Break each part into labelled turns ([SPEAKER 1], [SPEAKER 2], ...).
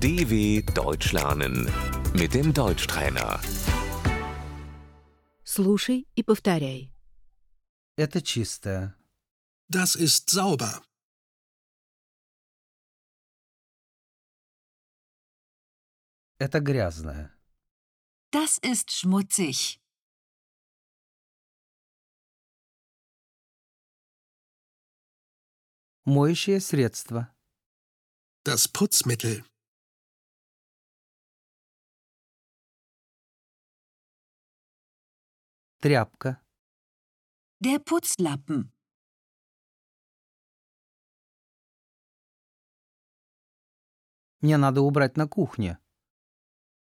[SPEAKER 1] DW Deutsch lernen mit dem Deutschtrainer.
[SPEAKER 2] Слушай и повторяй.
[SPEAKER 3] Это чистое.
[SPEAKER 4] Das ist sauber.
[SPEAKER 3] Это грязное.
[SPEAKER 5] Das ist schmutzig.
[SPEAKER 3] Моющее средство.
[SPEAKER 4] Das Putzmittel.
[SPEAKER 3] Тряпка.
[SPEAKER 5] Der Putzlappen.
[SPEAKER 3] Мне надо убрать на кухне.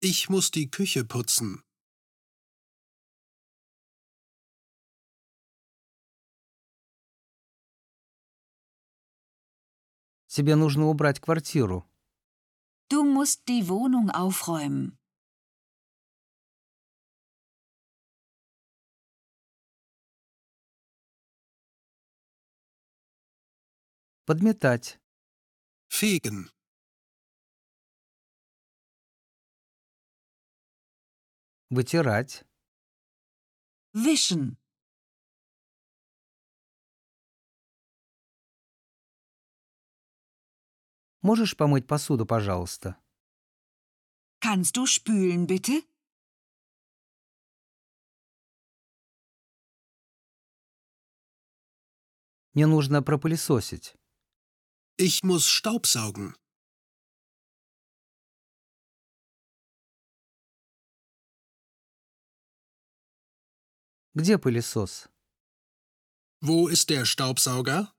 [SPEAKER 4] Ich muss die Küche putzen.
[SPEAKER 3] Тебе нужно убрать квартиру.
[SPEAKER 5] Du musst die Wohnung aufräumen.
[SPEAKER 3] Подметать.
[SPEAKER 4] Fegen.
[SPEAKER 3] Вытирать.
[SPEAKER 5] Wischen.
[SPEAKER 3] Можешь помыть посуду, пожалуйста?
[SPEAKER 5] Kannst du spülen bitte?
[SPEAKER 3] Мне нужно пропылесосить.
[SPEAKER 4] Ich muss Staubsaugen.
[SPEAKER 3] Где пылесос?
[SPEAKER 4] Wo ist der Staubsauger?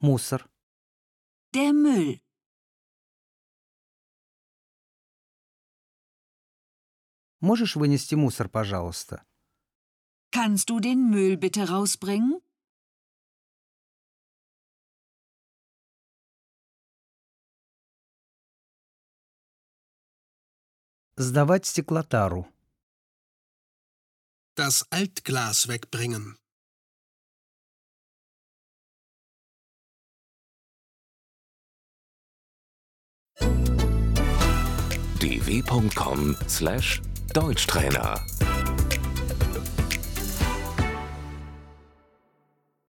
[SPEAKER 3] Мусор.
[SPEAKER 5] Der Müll.
[SPEAKER 3] Можешь вынести мусор, пожалуйста?
[SPEAKER 5] Kannst du den Müll bitte rausbringen?
[SPEAKER 3] Сдавать стеклотару.
[SPEAKER 4] Das Altglas wegbringen.
[SPEAKER 1] dw.com/deutschtrainer